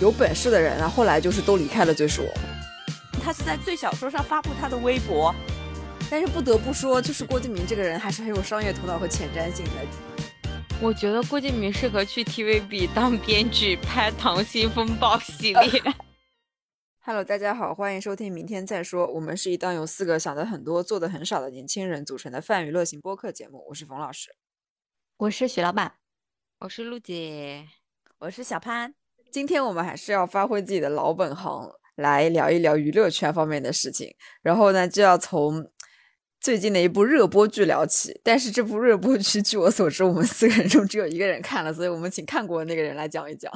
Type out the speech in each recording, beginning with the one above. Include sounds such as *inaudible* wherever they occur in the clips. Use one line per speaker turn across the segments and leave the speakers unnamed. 有本事的人啊，后来就是都离开了最是我。
他是在最小说上发布他的微博，
但是不得不说，就是郭敬明这个人还是很有商业头脑和前瞻性的。
我觉得郭敬明适合去 TVB 当编剧，拍《溏心风暴》系列。
*laughs* Hello，大家好，欢迎收听《明天再说》，我们是一档由四个想的很多、做的很少的年轻人组成的泛娱乐型播客节目。我是冯老师，
我是许老板，
我是陆姐，
我是小潘。
今天我们还是要发挥自己的老本行，来聊一聊娱乐圈方面的事情。然后呢，就要从。最近的一部热播剧聊起，但是这部热播剧，据我所知，我们四个人中只有一个人看了，所以我们请看过的那个人来讲一讲。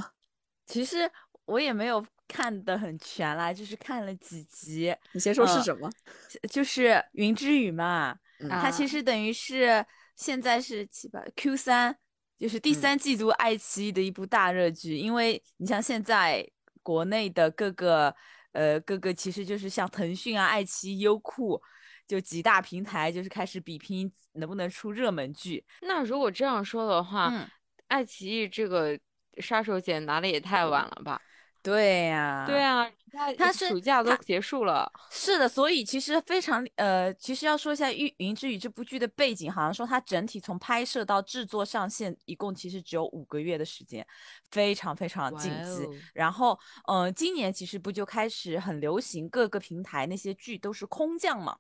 其实我也没有看的很全啦，就是看了几集。
你先说是什么？
呃、就是云之羽嘛，嗯、
啊
啊
它其实等于是现在是七八 Q 三，就是第
嗯
三季度爱奇艺的一部大热剧，嗯、因为你像现在国内的各个呃各个，其实就是像腾讯啊、爱奇艺、优酷。就几大平台就是开始比拼能不能出热门剧。啊
那如果这样说的话，嗯、爱奇艺这个杀手锏拿的也太晚了吧？
对呀、啊，
对啊，它暑假都结束了。
是的，所以其实非常呃，其实要说一下《玉云之羽》这部剧的背景，好像说它整体从拍摄到制作上线，一共其实只有五个月的时间，非常非常紧急。哦、然后，嗯、呃，今年其实不就开始很流行，各个平台那些剧都是空降嘛。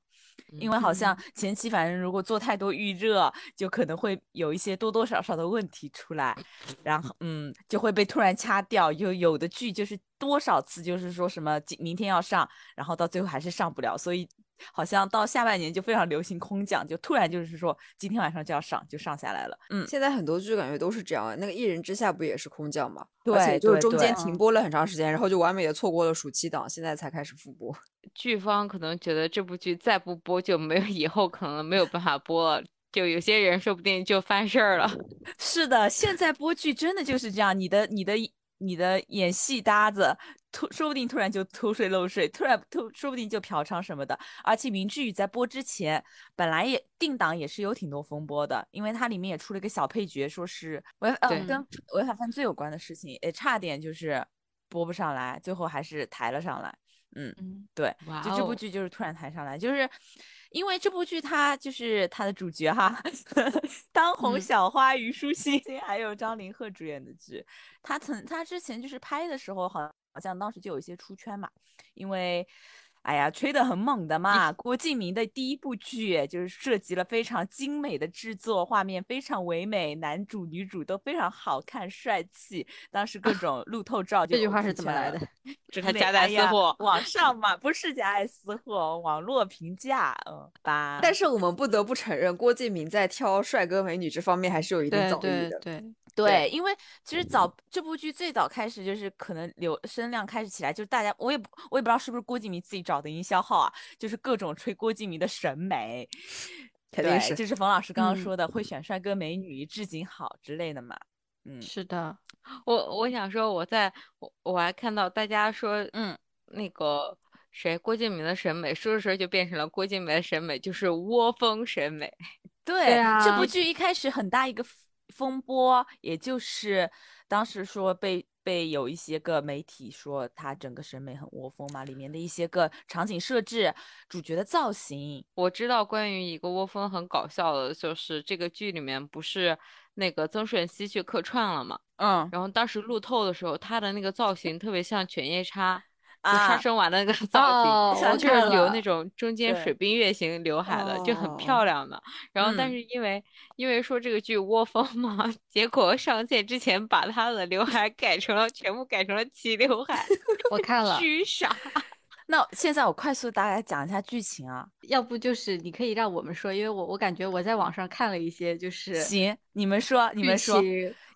因为好像前期反正如果做太多预热，就可能会有一些多多少少的问题出来，然后嗯就会被突然掐掉。有有的剧就是多少次就是说什么明天要上，然后到最后还是上不了，所以好像到下半年就非常流行空降，就突然就是说今天晚上就要上，就上下来了。嗯，
现在很多剧感觉都是这样，那个一人之下不也是空降吗？
对，嗯
而且就是中间停播了很长时间，然后就完美的错过了暑期档，现在才开始复播。
啊
剧方可能觉得这部剧再不播就没有以后可能没有办法播了，就有些人说不定就犯事儿了。
是的，现在播剧真的就是这样，你的你的你的演戏搭子突说不定突然就偷税漏税，突然突说不定就嫖娼什么的。而且《明之羽》在播之前本来也定档也是有挺多风波的，因为它里面也出了一个小配角，说是违呃跟违法犯罪有关的事情，也差点就是播不上来，最后还是抬了上来。嗯，对，就
哦
这部剧就是突然抬上来，就是因为这部剧它就是它的主角哈， *laughs* 当
嗯
红小花虞书欣、嗯、 *laughs* 还有张凌赫主演的剧，他曾他之前就是拍的时候好像好像当时就有一些出圈嘛，因为哎呀吹得很猛的
*laughs*
嘛，郭敬明的第一部剧就是涉及了非常精美的制作，画面非常唯美，男主女主都非常好看帅气，当时各种路透照就、
啊啊、这句话是怎么来的？
这是夹带私货，
哎网上嘛不是夹带私货，网络评价，嗯吧。
但是我们不得不承认，郭敬明在挑帅哥美女这方面还是有一定造诣
的。对
对，因为其实早这部剧最早开始就是可能流声量开始起来，就是大家我也我也不知道是不是郭敬明自己找的营销号啊，就是各种吹郭敬明的审美，
肯定是。
这是冯老师刚刚说的，嗯、会选帅哥美女、置景好之类的嘛。嗯，
是的，
我我想说，我在我我还看到大家说，嗯，那个谁，郭敬明的审美，说着说着就变成了郭敬明的审美，就是窝风审美。
对，
对啊、
这部剧一开始很大一个风波，也就是当时说被被有一些个媒体说他整个审美很窝风嘛，里面的一些个场景设置、主角的造型，
我知道关于一个窝风很搞笑的，就是这个剧里面不是。那个曾舜晞去客串了嘛？
嗯，
然后当时路透的时候，他的那个造型特别像犬夜叉，啊、就杀生丸的那个 *laughs* 造型，
哦、
就是留那种中间水冰月型刘海的，就很漂亮嘛。然后，但是因哦为、嗯、因为说这个剧窝风嘛， *laughs* 结果上线之前把他的刘海改成了全部改成了齐刘海，
我看了，
巨傻。
那现在我快速大概讲一下剧情啊，
要不就是你可以让我们说，因为我我感觉我在网上看了一些，就是
行，你们说，你们说，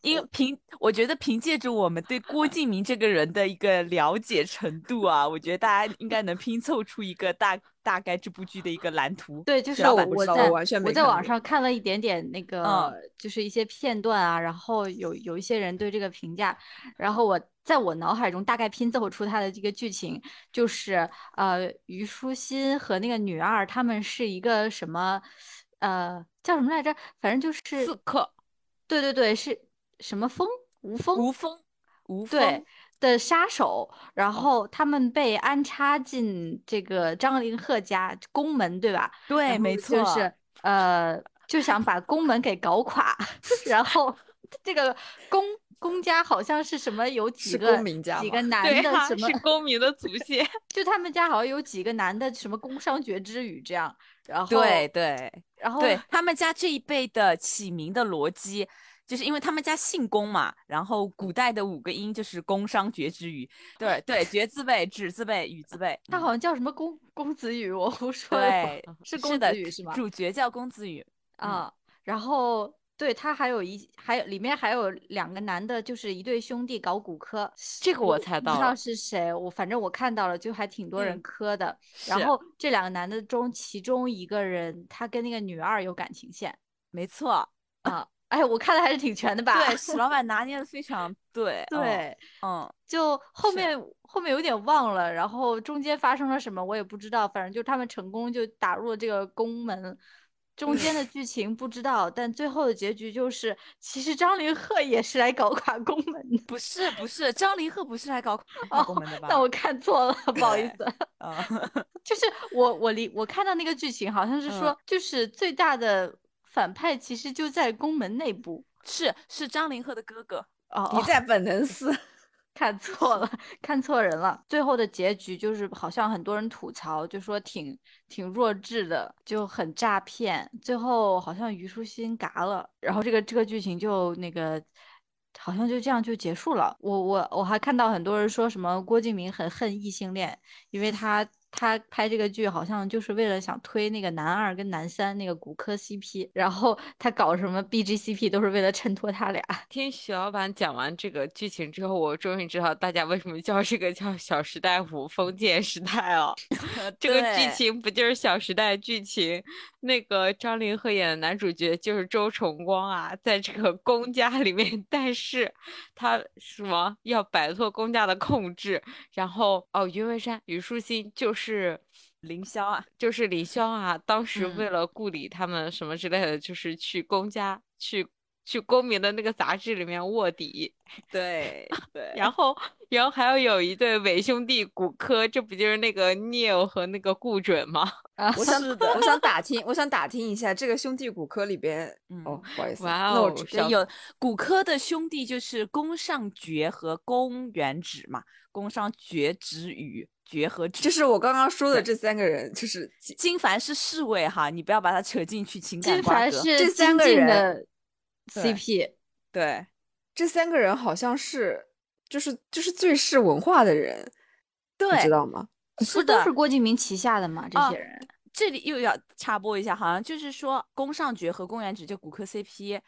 因为凭我觉得凭借着我们对郭敬明这个人的一个了解程度啊，我觉得大家应该能拼凑出一个大大概这部剧的一个蓝图。
对，就是
我
我在我在网上看了一点点那个，
嗯、
就是一些片段啊，然后有有一些人对这个评价，然后我。在我脑海中大概拼凑出它的这个剧情，就是呃，虞书欣和那个女二他们是一个什么，呃，叫什么来着？反正就是
刺客。
对对对，是什么风？无风？
无风？无
风？对的杀手，然后他们被安插进这个张凌赫家宫门，对吧？
对，
然
没
后
错，
就是呃，就想把宫门给搞垮， *laughs* 然后这个宫宫家好像是什么有几
是
个
公民家
几
吗
个男
对
的
啊，
什么
是公民的祖先，
就他们家好像有几个男的什么宫商角徵羽这样，然后哦
对对
然后
对，他们家这一辈的起名的逻辑，就是因为他们家姓公嘛，然后古代的五个音就是工商角徵羽，对对，角字辈、止字辈、羽字辈，
他
嗯
好像叫什么公公子羽，我胡说了
对，
是公
是的
子羽是吗？
主角叫公子羽，嗯
啊、然后对他还有一还有里面还有两个男的，就是一对兄弟搞骨科，
*laughs* 这个我 *laughs* 猜
不
到
知道
了。
是谁，我反正我看到了，就还挺多人
嗯
磕的。然
是
后这两个男的中，其中一个人他跟那个女二有感情线
没错，
啊、哎，我看的还是挺全的吧？
对，史老板拿捏的非常对，
哦
嗯
对，
嗯，
就后
是
面后面有点忘了，然后中间发生了什么我也不知道，反正就他们成功就打入了这个宫门。中间 *laughs* 的剧情不知道，但最后的结局就是，其实张凌赫也是来搞垮宫门的。
不是不是，张凌赫不是来搞搞宫门的吧？
哦那我看错了，不好意思。
啊，
就是我我理我看到那个剧情好像是说，就是最大的反派其实就在宫门内部。
*laughs* 是是张凌赫的哥哥，
哦，
你
哦
在本能寺，
看错了， *laughs* 看错人了。最后的结局就是，好像很多人吐槽，就说挺挺弱智的，就很诈骗。最后好像虞书欣嘎了，然后这个这个剧情就那个。好像就这样就结束了。我我我还看到很多人说什么郭敬明很恨异性恋，因为他他拍这个剧好像就是为了想推那个男二跟男三那个骨科 CP，然后他搞什么 BGCP 都是为了衬托他俩。
听许老板讲完这个剧情之后，我终于知道大家为什么叫这个叫《小时代五封建时代》了。这个剧
对
情不就是《小时代》剧情？那个张凌赫演的男主角就是周崇光啊，在这个公家里面，但是他什么要摆脱公家的控制，然后哦，云文山、虞书欣就是
凌霄啊，
就是李潇啊，当时
嗯
为了顾里他们什么之类的，就是去公家去去公民的那个杂志里面卧底，
对对，
*laughs* 然后然后还要有一对伪兄弟骨科，这不就是那个 Neil 和那个顾准吗？ *laughs*
啊，
我想我想打听，我想打听一下这个兄弟骨科里边，
嗯
哦，不好意思，
哇
那我
哦
知
对，
小
有骨科的兄弟就是宫上角和宫元指嘛，宫上角徵羽，角和指。
就是我刚刚说的这三个人，就是几
金凡是侍卫哈，你不要把他扯进去情感
金
瓜
凡
葛。
是
这三
金
个
靖
人
*laughs*
对
的 CP，
对，
这三个人好像是，就是就是最是文化的人，你知
对，
道吗？
不
是
都
的
是。郭敬明旗下的吗？这
啊
些人
这里又要插播一下，好像就是说宫上角和宫元指就骨科 CP，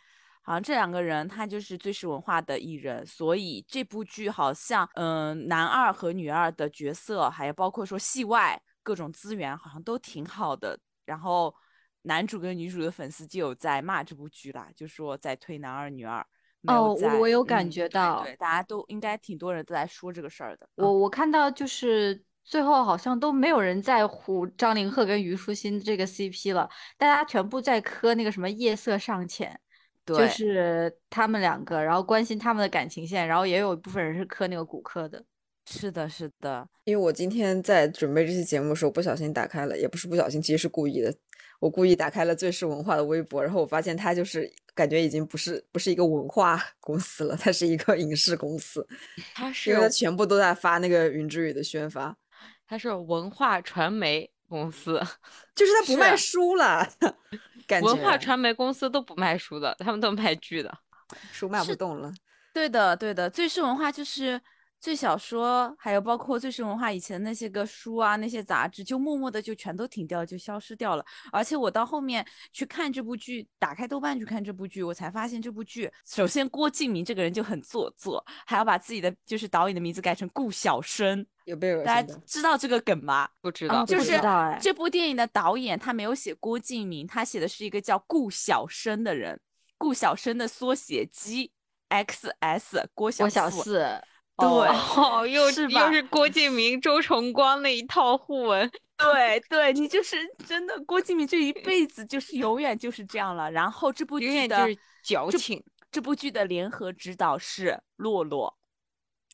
好像这两个人他就是最是文化的艺人，所以这部剧好像嗯、呃男二和女二的角色，还有包括说戏外各种资源，好像都挺好的。然后男主跟女主的粉丝就有在骂这部剧啦，就说在推男二女二。没
哦我
在
我有感
嗯
觉
对
到
对，大家都应该挺多人都在说这个事儿的。嗯
我我看到就是最后好像都没有人在乎张凌赫跟虞书欣这个 CP 了，大家全部在磕那个什么夜色尚浅，就
对
是他们两个，然后关心他们的感情线，然后也有一部分人是磕那个骨科的。
是的，是的，
因为我今天在准备这期节目的时候，不小心打开了，也不是不小心，其实是故意的。我故意打开了最是文化的微博，然后我发现它就是感觉已经不是不是一个文化公司了，它是一个影视公司，
他
因为它
是哦
全部都在发那个云之羽的宣发，
他是文化传媒公司，
就是它不卖
是啊
书了，感觉
文化传媒公司都不卖书的，他们都卖剧的。
书卖不动了。
对的，对的，最是文化就是最小说，还有包括最是文化以前那些个书啊，那些杂志，就默默的就全都停掉，就消失掉了。而且我到后面去看这部剧，打开豆瓣去看这部剧，我才发现这部剧，首先郭敬明这个人就很做作，还要把自己的就是导演的名字改成顾晓生，
有被恶
大
心
家
的，
知道这个梗吗？
不知
啊
嗯
道，
不
就
知
是
道哎
这部电影的导演他没有写郭敬明，他写的是一个叫顾晓生的人，顾晓生的缩写 G X S 郭晓
我小
四。
四，
对、 *laughs*
哦，又
是吧
又是郭敬明、周崇光那一套互文，
对对，你就是真的郭敬明这一辈子就是永远就是这样了。然后这部
永
剧
远就
的
是矫
这
情。
这部剧的联合指导是洛洛，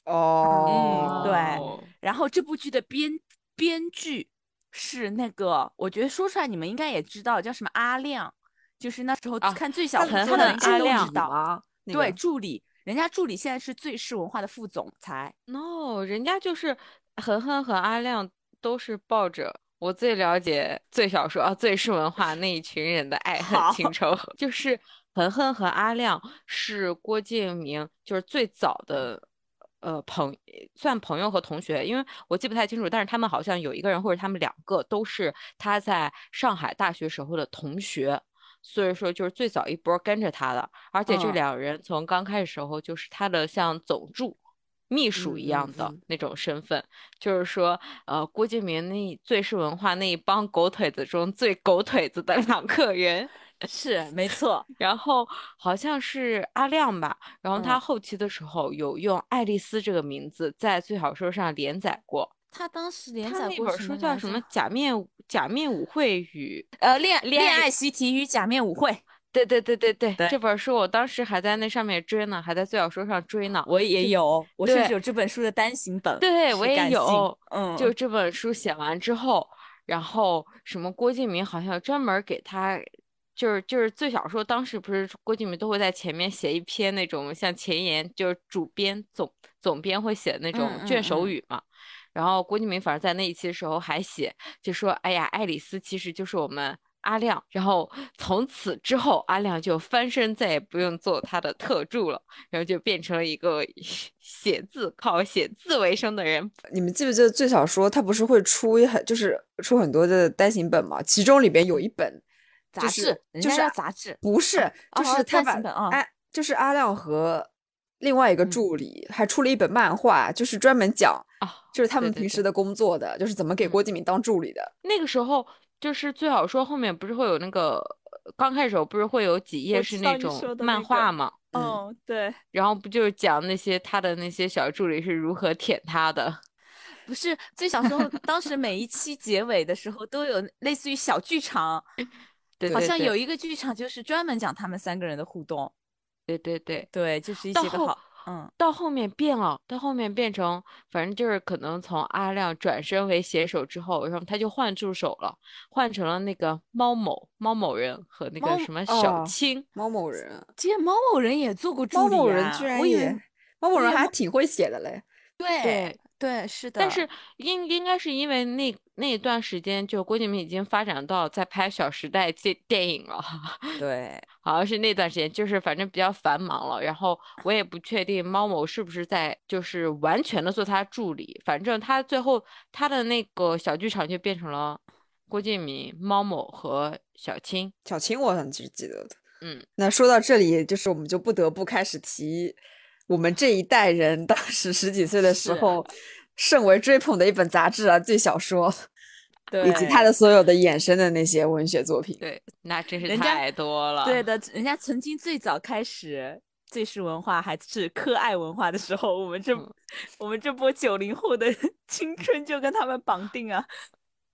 哦，
嗯对然后这部剧的编编剧是那个，我觉得说出来你们应该也知道，叫什么阿亮，就是那时候
啊
看最小
他
红
他
书
的
的
阿
人应该
亮
都知道。
吗？那
对，
个
助理，人家助理现在是最是文化的副总裁。
No，人家就是恒恒和阿亮都是抱着我最了解最小说啊最是文化那一群人的爱恨情仇，就是恒恒和阿亮是郭敬明就是最早的呃朋算朋友和同学，因为我记不太清楚，但是他们好像有一个人或者他们两个都是他在上海大学时候的同学。所以说，就是最早一波跟着他的，而且这
嗯
两人从刚开始时候就是他的像总助、秘书
嗯
一样
嗯
的
嗯
那种身份，就是说，呃，郭敬明那一最是文化那一帮狗腿子中最狗腿子的两个人，
是，没错。
然后好像是阿亮吧，然后他
嗯
后期的时候有用爱丽丝这个名字在最好说上连载过，
他当时连
*laughs* 他
载
那
过
本
什
书
么
叫
来
什
着
么？假面舞假面舞会与
呃，恋
恋
恋
爱
爱习题与假面舞会，
对对对对对，
对
这本书我当时还在那上面追呢，还在最小说上追呢。
我也有，我甚
对
至有这本书的单行本。
对
是
我也
干性
有，
嗯，
就这本书写完之后，然后什么郭敬明好像专门给他，就是就是最小说当时不是郭敬明都会在前面写一篇那种像前言，就是主编总总编会写的那种
嗯
卷
嗯
首
嗯
语嘛。然后郭敬明反正在那一期的时候还写，就说哎呀，爱丽丝其实就是我们。阿亮，然后从此之后，阿亮就翻身，再也不用做他的特助了，然后就变成了一个 *laughs* 写字靠写字为生的人， *laughs*
你们记不记得最小说它不是会出一很就是出很多的单行本嘛？其中里边有一本
杂
就是
志人
就
家
是啊
叫杂志
不是，就
哦
是他
单
把
行本啊
阿、就是阿亮和另外一个
嗯
助理还出了一本漫画，就是专门讲
啊
就是他
对
们
对
平
对
时的工作的，就是怎么给
嗯
郭敬明当助理的。
那个时候就是最好说后面不是会有那个呃刚开始不是会有几页
我
是
知道
那
你
种
说的
漫
那个
画嘛，
嗯
哦，对，
然后不就是讲那些他的那些小助理是如何舔他的？
不是最小时候，当时每一期结尾的时候都有类似于小剧场，
对
好
对
像
对
有一个剧场就是专门讲他们三个人的互动，
对对对，
对，就是一
到
些个
后
好，嗯，
到后面变了，到后面变成反正就是可能从阿亮转身为写手之后，然后他就换助手了，换成了那个猫某猫某人和那
猫
个什么小
哦
青。
猫某人啊，
其实猫某人也做过助
猫
理
某人
啊
居然
我以
也
为，
猫某
我以
人
为
还
猫
挺会写的嘞。
对
对
对是的，
但是应应该是因为那那一段时间，就郭敬明已经发展到在拍《小时代》这电影了， *laughs*
对
好像是那段时间，就是反正比较繁忙了。然后我也不确定猫某是不是在就是完全的做他助理，反正他最后他的那个小剧场就变成了郭敬明、猫某和小青。
小青我很是记得的。
嗯，
那说到这里，就是我们就不得不开始提我们这一代人当时十几岁的时
是
候，甚为追捧的一本杂志啊，最小说，
对，
以及他的所有的衍生的那些文学作品。
对，那真是
人家
太多了。
对的，人家曾经最早开始最是文化还是科爱文化的时候，我们这、
嗯
我们这波九零后的 *laughs* 青春就跟他们绑定啊。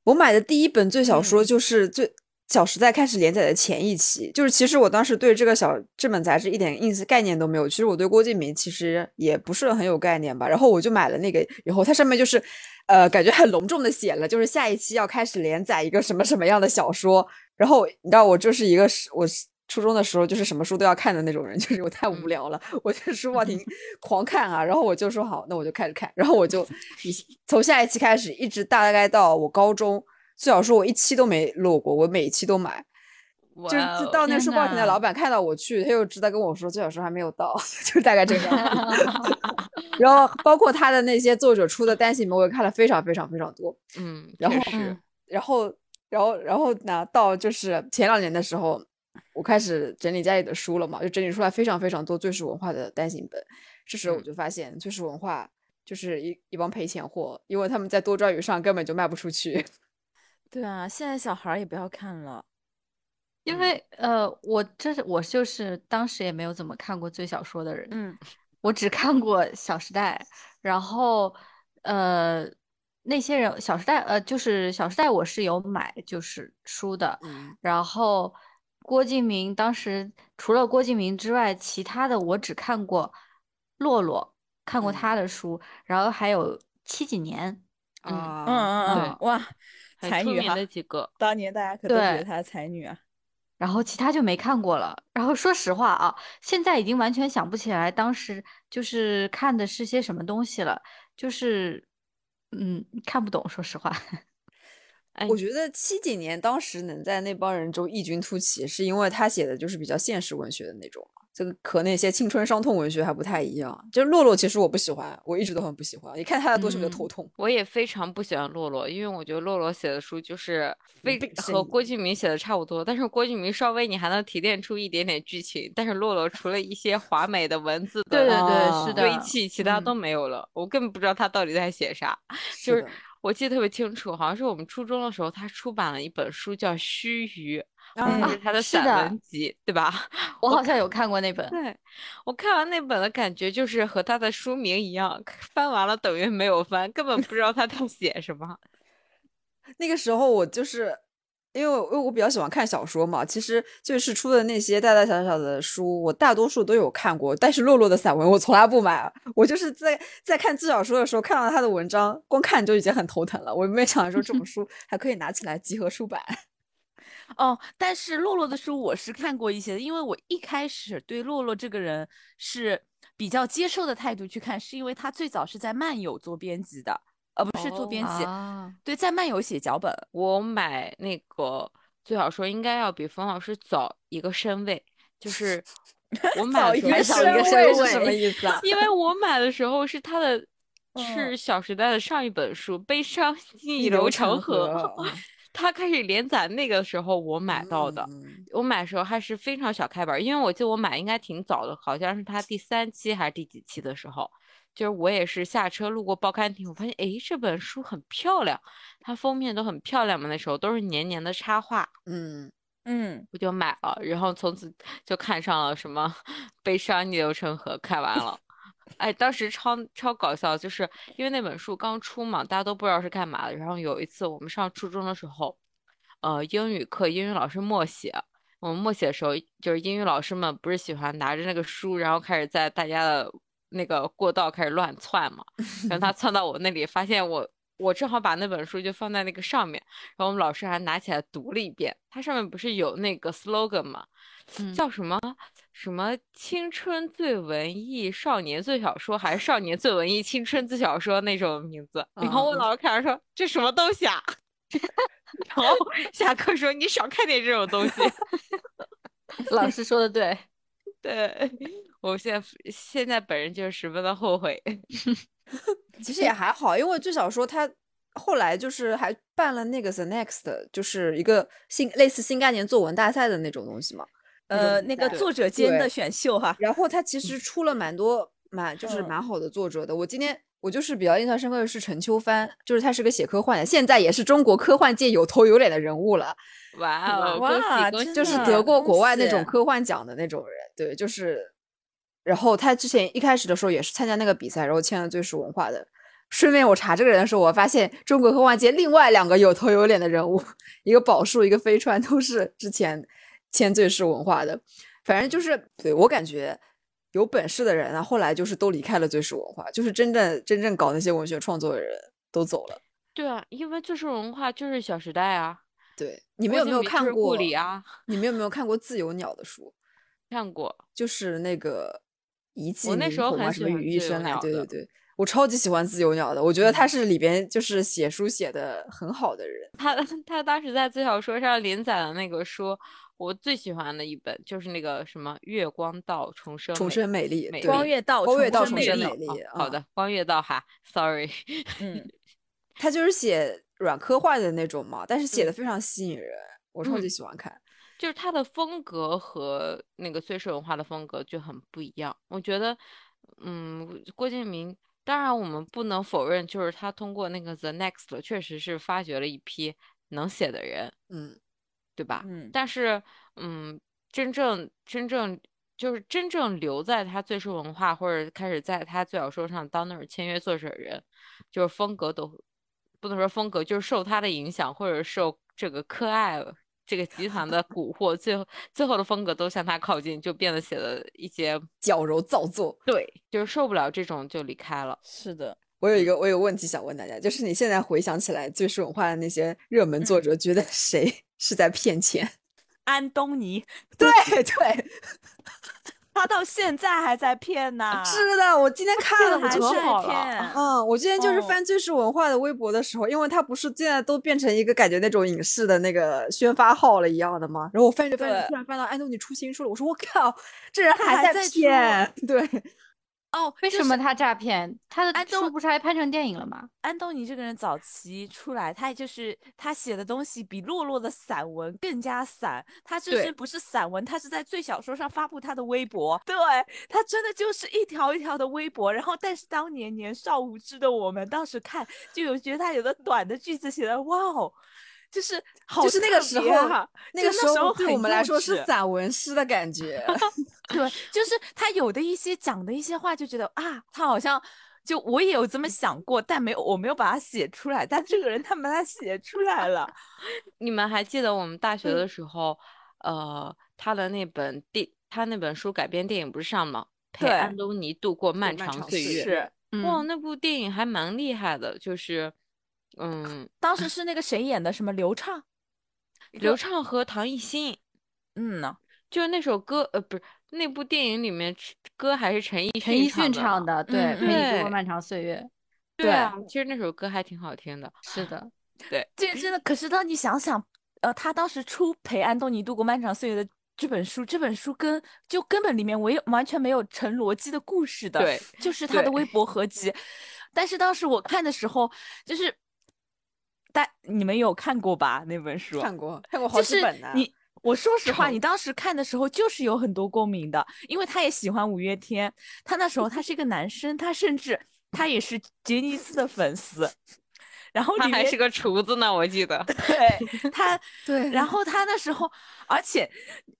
我买的第一本最小说
嗯
就是最。小时代》开始连载的前一期，就是其实我当时对这个小这本杂志一点印象概念都没有。其实我对郭敬明其实也不是很有概念吧。然后我就买了那个以后，它上面就是，呃，感觉很隆重的写了，就是下一期要开始连载一个什么什么样的小说。然后你知道我就是一个是我是初中的时候就是什么书都要看的那种人，就是我太无
嗯
聊了，我去书
*laughs*
报亭狂看啊。然后我就说好，那我就开始看。然后我
*laughs*
就以从下一期开始，一直大概到我高中。最好说我一期都没漏过，我每一期都买。
哇
就是
哦，
就到那
天
书报亭的
呐
老板看到我去，他又知道跟我说最好说还没有到， *laughs* 就是大概这个样子。 *laughs* 然
*laughs*
后包括他的那些作者出的单行本，我也看了非常非常非常多。
嗯，
然
确
后
实，
然后，然后，然后呢，到就是前两年的时候，我开始整理家里的书了嘛，就整理出来非常非常多最是文化的单行本。这时候我
嗯
就发现，最是文化就是一一帮赔钱货，因为他们在多抓鱼上根本就卖不出去。
对啊，现在小孩儿也不要看了。嗯
因为呃，我这是我就是当时也没有怎么看过最小说的人，
嗯，
我只看过《小时代》，然后呃，那些人《小时代》呃，就是《小时代》，我是有买就是书的，
嗯，
然后郭敬明当时除了郭敬明之外，其他的我只看过洛洛，看过他的书，然后还有七几年，
嗯
啊
嗯嗯嗯，哇，
很
才
出
女
名
哈
的几个，
当年大家可都觉
对
得她是才女啊。
然后其他就没看过了。然后说实话啊，现在已经完全想不起来当时就是看的是些什么东西了，就是嗯看不懂，说实话。
哎
我觉得七几年当时能在那帮人中异军突起，是因为他写的就是比较现实文学的那种嘛，这个和那些青春伤痛文学还不太一样。就是洛洛，其实我不喜欢，我一直都很不喜欢，一看他的东西我就
嗯
头痛。
我也非常不喜欢洛洛，因为我觉得洛洛写的书就是非
病呻
和
吟
郭敬明写的差不多，但是郭敬明稍微你还能提炼出一点点剧情，但是洛洛除了一些华美的文字
对对
的
对，
啊
是
堆
的，
砌，其他都没有了，我根本不知道他到底在写啥。就是
的
我记得特别清楚，好像是我们初中的时候，他出版了一本书叫《须臾》，那
嗯
啊
是他的
是
散
的
文集，对吧？ *laughs*
我好像有看过那本。
对，我看完那本的感觉就是和他的书名一样，翻完了等于没有翻，根本不知道他在写什么。
那个时候我就是因为我因为我比较喜欢看小说嘛，其实就是出的那些大大小小的书，我大多数都有看过，但是洛洛的散文我从来不买，啊我就是在在看自小说的时候看到他的文章，光看就已经很头疼了，我没想到说这种书还可以拿起来集合出版。
*laughs*
哦，但是洛洛的书我是看过一些的，因为我一开始对洛洛这个人是比较接受的态度去看，是因为他最早是在漫友做编辑的，呃，不是做
哦
编辑，
啊，
对，在漫友写脚本。
我买那个最好说应该要比冯老师早一个身位，就是
*laughs*
我买
早
的
一
时
个身位
候早一个身
是什么
位
意思啊
因为我买的时候是他的，是
嗯
《小时代》的上一本书《悲伤逆
逆
流
流
成
成
河》
河嗯
*laughs* 他开始连载那个时候我买到的。
嗯
我买的时候还是非常小开本儿，因为我记得我买应该挺早的，好像是他第三期还是第几期的时候，就是我也是下车路过报刊亭，我发现诶这本书很漂亮，它封面都很漂亮嘛，那时候都是黏黏的插画，
嗯，
嗯，
我就买了，然后从此就看上了什么《悲伤逆流成河》，看完了。哎，当时超超搞笑，就是因为那本书刚出嘛，大家都不知道是干嘛的。然后有一次我们上初中的时候，呃，英语课英语老师默写，我们默写的时候，就是英语老师们不是喜欢拿着那个书，然后开始在大家的那个过道开始乱窜嘛。然后他窜到我那里，发现我我正好把那本书就放在那个上面，然后我们老师还拿起来读了一遍。它上面不是有那个 slogan 吗？
嗯
叫什么什么青春最文艺少年最小说，还是少年最文艺青春最小说那种名字？然后我
嗯
老师看着说这什么东西啊？ *laughs* 然后下课说你少看点这种东西。
老师说的对，
*laughs* 对，我现在现在本人就是十分的后悔。 *laughs*
其实也还好，因为最小说他后来就是还办了那个 The Next，就是一个新类似新概念作文大赛的那种东西嘛。
呃，
比
那个
赛
作者间的
对
选秀哈，
然后他其实出了蛮多蛮就是
嗯
蛮好的作者的。我今天我就是比较印象深刻的是陈秋帆，就是他是个写科幻的，现在也是中国科幻界有头有脸的人物了，
哇哦，恭
哇
喜恭喜！
真
啊
就是
的
得过
恭
国外那
喜
种科幻奖的那种人。对，就是。然后他之前一开始的时候也是参加那个比赛，然后签了最是文化的。顺便我查这个人的时候，我发现中国科幻界另外两个有头有脸的人物，一个宝树，一个飞川，都是之前签最是文化的。反正就是对我感觉有本事的人啊，后来就是都离开了最是文化，就是真正真正搞那些文学创作的人都走了。
对啊，因为最是文化就是《小时代》啊，
对，你们
郭
有没
敬
有
明就
看
是
过
顾？里啊，
你们有没有看过《自由鸟》的书？
看过。 *laughs*
就是那个遗迹
我那
霓
时候
虹啊
很
什
喜
么
欢
羽翼
自由
生来，
鸟
对对
的嗯
对，我超级喜欢自由鸟的，我觉得他是里边就是写书写的很好的人。
他他当时在最小说上连载的那个书，我最喜欢的一本就是那个什么《月光道重生
重
美
生美丽，
美
对
光月道，
光月道重
生魅
生
力
美丽
哦好
嗯
的，光月道哈，sorry，
嗯，
他就是写软科幻的那种嘛，但是写的
嗯
非常吸引人，我超级
嗯
喜欢看。
就是他的风格和那个碎石文化的风格就很不一样。我觉得，嗯，郭敬明，当然我们不能否认，就是他通过那个 The Next 确实是发掘了一批能写的人，
嗯，
对吧？
嗯
但是，嗯，真正真正就是真正留在他最初文化，或者开始在他最小说上当那种签约作者的人，就是风格都不能说风格，就是受他的影响，或者受这个科爱这个集团的蛊惑，最后最后的风格都向他靠近，就变得写了一些
矫揉造作。
对，就是受不了这种就离开了。
是的，
我
嗯
有一个我有问题想问大家，就是你现在回想起来，最是文化的那些热门
嗯
作者，觉得谁 *laughs* 是在骗钱？ *laughs*
安东尼，
对对，
他到现在还在骗
啊
呢。
是的，我今天看了，我
还
就
折
在
好了
骗。
嗯，我之前就是
哦
翻最是文化的微博的时候，因为它不是现在都变成一个感觉那种影视的那个宣发号了一样的吗？然后我翻着翻着，
对
突然翻到安东尼出新书了，我说我靠，这人
他
还
还
在
在出
骗，对，
哦，
为
就
什
是
么他诈骗？他的
安
书
东
不是还拍成电影了吗？
安东尼这个人早期出来，他也就是他写的东西比洛洛的散文更加散，他甚
对
至不是散文，他是在最小说上发布他的微博，对他真的就是一条一条的微博。然后，但是当年年少无知的我们当时看，就有觉得他有的短的句子写的，哇哦，就是好、
就是那个时候
啊，
那
就
个
那时候
对
很
我们来
幼
说是
稚
散文诗的感
*laughs*
觉，
对，就是他有的一些讲的一些话，就觉得啊，他好像就我也有这么想过，但没有，我没有把它写出来。但这个人他把它写出来了，
你们还记得我们大学的时候，呃，他的那本电，他那本书改编电影不是上吗？陪
对
安东尼度过漫
漫
长
长
岁
岁
月。
是
哇，
嗯，
那部电影还蛮厉害的，就是，嗯，
当时是那个谁演的，什么刘畅，一
刘
个，
畅和唐艺昕，
嗯呢，
就是那首歌，呃，不是那部电影里面歌还是陈奕
陈奕
迅
迅唱
的嘛。
的，对，
嗯
陪你度
对
过漫长岁月，
对啊，其实那首歌还挺好听的。
是的，
这真的。可是当你想想，呃，他当时出《陪安东尼度过漫长岁月》的。这本书，这本书跟就根本里面没有完全没有成逻辑的故事的，
对，
就是他的
对
微博合集。但是当时我看的时候，就是，但你们有看过吧那本书？
看过看过好
就
几
是
本呢。
你，我说实话，
丑 *laughs*
你当时看的时候就是有很多共鸣的，因为他也喜欢五月天，他那时候他是一个男生，他甚至他也是杰尼斯的粉丝。 *laughs* 然后
他
里
还
面
是个厨子呢，我记得。
对他，
对
然后他那时候，而且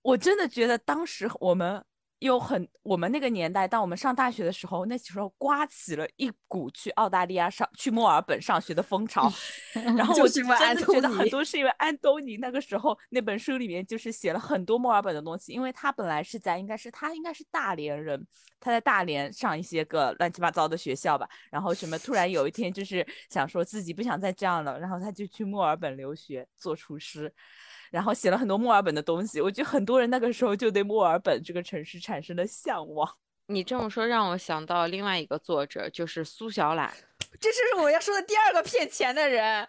我真的觉得当时我们又很，我们那个年代，当我们上大学的时候，那时候刮起了一股去澳大利亚上、去墨尔本上学的风潮。
*laughs*
然后
就
我
是因
真
为安
的觉得
东
很
尼
多是因为安东尼那个时候那本书里面就是写了很多墨尔本的东西，因为他本来是在应该是他应该是大连人，他在大连上一些个乱七八糟的学校吧，然后什么突然有一天就是想说自己不想再这样了，然后他就去墨尔本留学做厨师，然后写了很多墨尔本的东西。我觉得很多人那个时候就对墨尔本这个城市产生了向
*laughs*
往。
你这么说让我想到另外一个作者，就是苏小懒，
这就是我要说的第二个骗钱的人，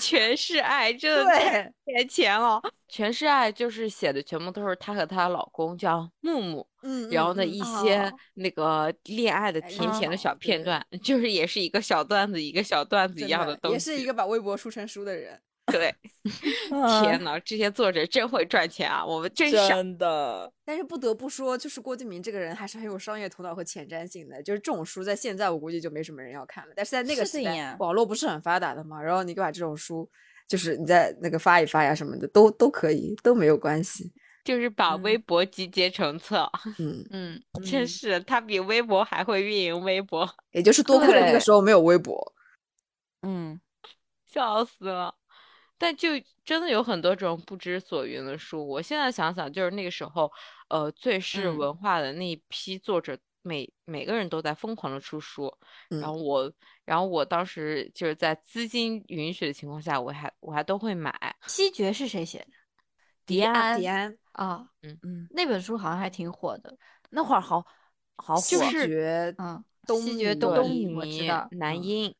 全是爱，真的太
对，
骗钱了。全是爱就是写的全部都是她和她老公叫木木，
嗯，
然后的
嗯
一
嗯
些
哦
那个恋爱的
哎
甜甜的
嗯
小片
对
段，就是也是一个小段子一个小段子一
真
样的
的
东西。
也是一个把微博出成书的人，
对，天呐，这些作者真会赚钱啊，我们真傻。
真的，
但是不得不说，就是郭敬明这个人还是很有商业头脑和前瞻性的。就是这种书在现在我估计就没什么人要看了，但是在那个
是
时
的
代
呀，
网络不是很发达的嘛，然后你把这种书，就是你在那个发一发呀什么的，都都可以，都没有关
*laughs*
系。
就是把
嗯
微博集结成册， *laughs*
嗯，
嗯，
真
嗯
是他比微博还会运营微博，
也就是多亏了那个
对
时候没有微博。
嗯，
笑死了。但就真的有很多这种不知所云的书，我现在想想，就是那个时候，呃，最是
嗯
文化的那一批作者，每每个人都在疯狂的出书，然后
嗯，
我，然后我当时就是在资金允许的情况下，我还我还都会买。
西决是谁写的
迪安
迪，安
啊？
嗯，
那本书好像还挺火的，
那会儿好好火，
就
西
是
决
嗯，
东啊
西决
瀛
东
东
瀛我知
尼
道，
南
嗯
音，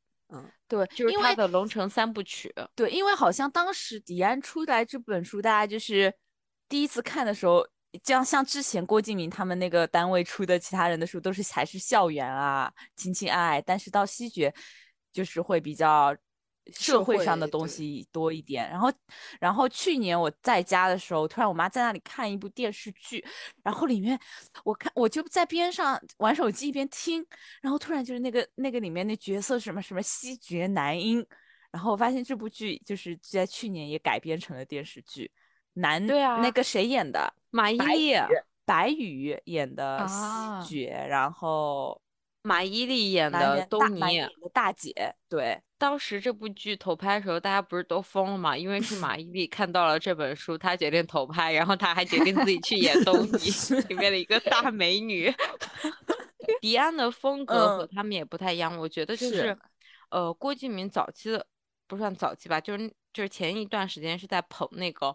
对，
就是
因
他
为
的《龙城三部曲》。
对，因为好像当时迪安出来这本书，大家就是第一次看的时候，这样像之前郭敬明他们那个单位出的其他人的书，都是还是校园啊、情情爱爱，但是到西决就是会比较
社
社会上的
会
东
对
西多一点。然后，然后去年我在家的时候，突然我妈在那里看一部电视剧，然后里面我看我就在边上玩手机一边听，然后突然就是那个那个里面那角色什么什么西决男婴，然后我发现这部剧就是在去年也改编成了电视剧，男
对啊
那个谁演的？
马伊
白
琍，
白宇演的
啊
西决，然后
马伊琍演
男
的
演
东
大
尼啊
男演的大姐，对，
当时这部剧投拍的时候，大家不是都疯了嘛？因为是马伊琍看到了这本书，她决定投拍，然后她还决定自己去演东尼里面的一个大美女。 *laughs* 迪安的风格和
嗯
他们也不太一样，我觉得就是呃，郭敬明早期的不算早期吧，就是就是前一段时间是在捧那个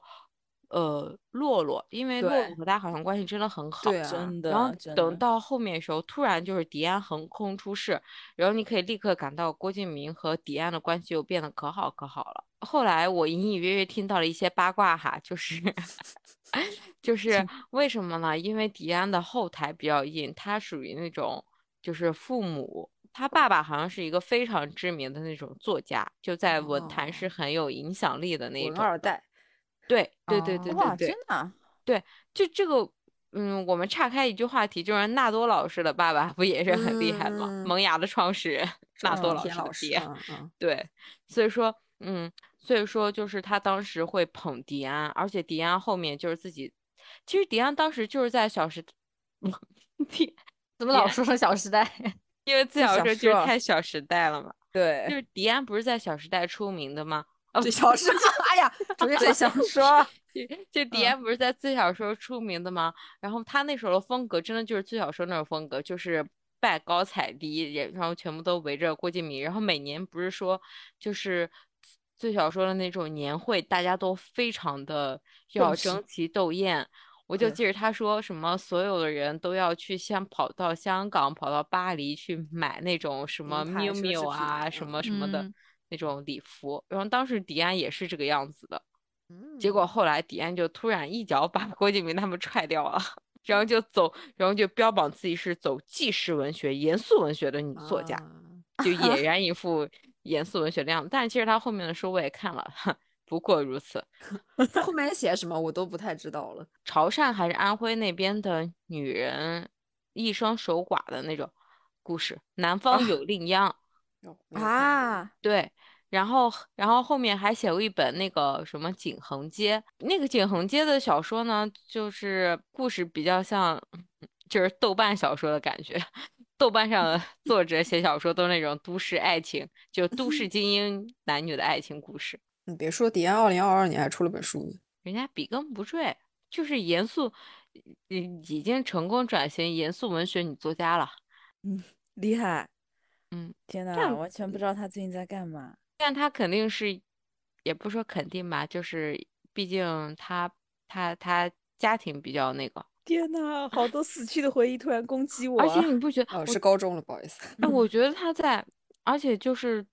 呃洛洛，因为洛
对
洛和他好像关系真的很好，
对啊
真的，
然后
真
等
的
到后面的时候，突然就是迪安横空出世，然后你可以立刻感到郭敬明和迪安的关系又变得可好可好了。后来我隐隐约约听到了一些八卦哈，就是 *laughs* 就是为什么呢？因为迪安的后台比较硬，他属于那种就是父母，他爸爸好像是一个非常知名的那种作家，就在文坛是
哦
很有影响力的那一
文
种。
二代，
对对对对
哇，
对
真
对。
的啊，
就这个，嗯，我们岔开一句话题，就是纳多老师的爸爸不也是很厉害吗？
嗯
萌芽的创始人纳多
嗯
老
田
师的
老师，
爹，
嗯嗯，
对，所以说，嗯，所以说就是他当时会捧迪安，而且迪安后面就是自己，其实迪安当时就是在小时，迪，
怎么老
天
说成《小时代》
因为自
在
小
小
时候就是
说
看《小时代》了嘛， *laughs* 就
对，
是迪安不是在《小时代》出名的吗？哦，
最小是，哎呀，
*laughs*
主要
最想说
就迪
嗯
安不是在最小时候出名的吗？然后他那时候的风格真的就是最小时候那种风格，就是拜高踩低，也然后全部都围着郭敬明。然后每年不是说就是最小时候的那种年会，大家都非常的要
重视
争奇斗艳。我就
对
记着他说什么，所有的人都要去先跑到香港，跑到巴黎去买那种什么
名牌
miu
奢侈品
miu 啊，什
嗯
么什么的
嗯
那种礼服。然后当时迪安也是这个样子的。
嗯
结果后来迪安就突然一脚把郭敬明他们踹掉了， *laughs* 然后
嗯
就走，然后就标榜自己是走纪实文学、严肃文学的女作家，
啊
就
*laughs*
俨然一副严肃文学的样子。但是其实他后面的书我也看了， *laughs* 不过如此。
后面写什么我都不太知道了。
潮汕还是安徽那边的女人一生守寡的那种故事，南方
啊
有另央，
哦， *laughs* 没有看过
嗯
啊，
对，然后然后后面还写过一本那个什么《景恒街》，那个《景恒街》的小说呢，就是故事比较像，就是豆瓣小说的感觉。豆瓣上的作者写小说都是那种都市爱情，就都市精英男女的爱情故事。
你别说，迪安二零二二年还出了本书呢。
人家笔耕不辍，就是严肃，已已经成功转型严肃文学女作家了。
厉害，
嗯，
天呐，
样
完全不知道他最近在干嘛。
但他肯定是，也不说肯定吧，就是毕竟他他他家庭比较那个，
天呐，好多死去的回忆突然攻击啊我
而且你不觉得？
哦，是高中了，不好意思。
*laughs* 哎，我觉得他在，而且就是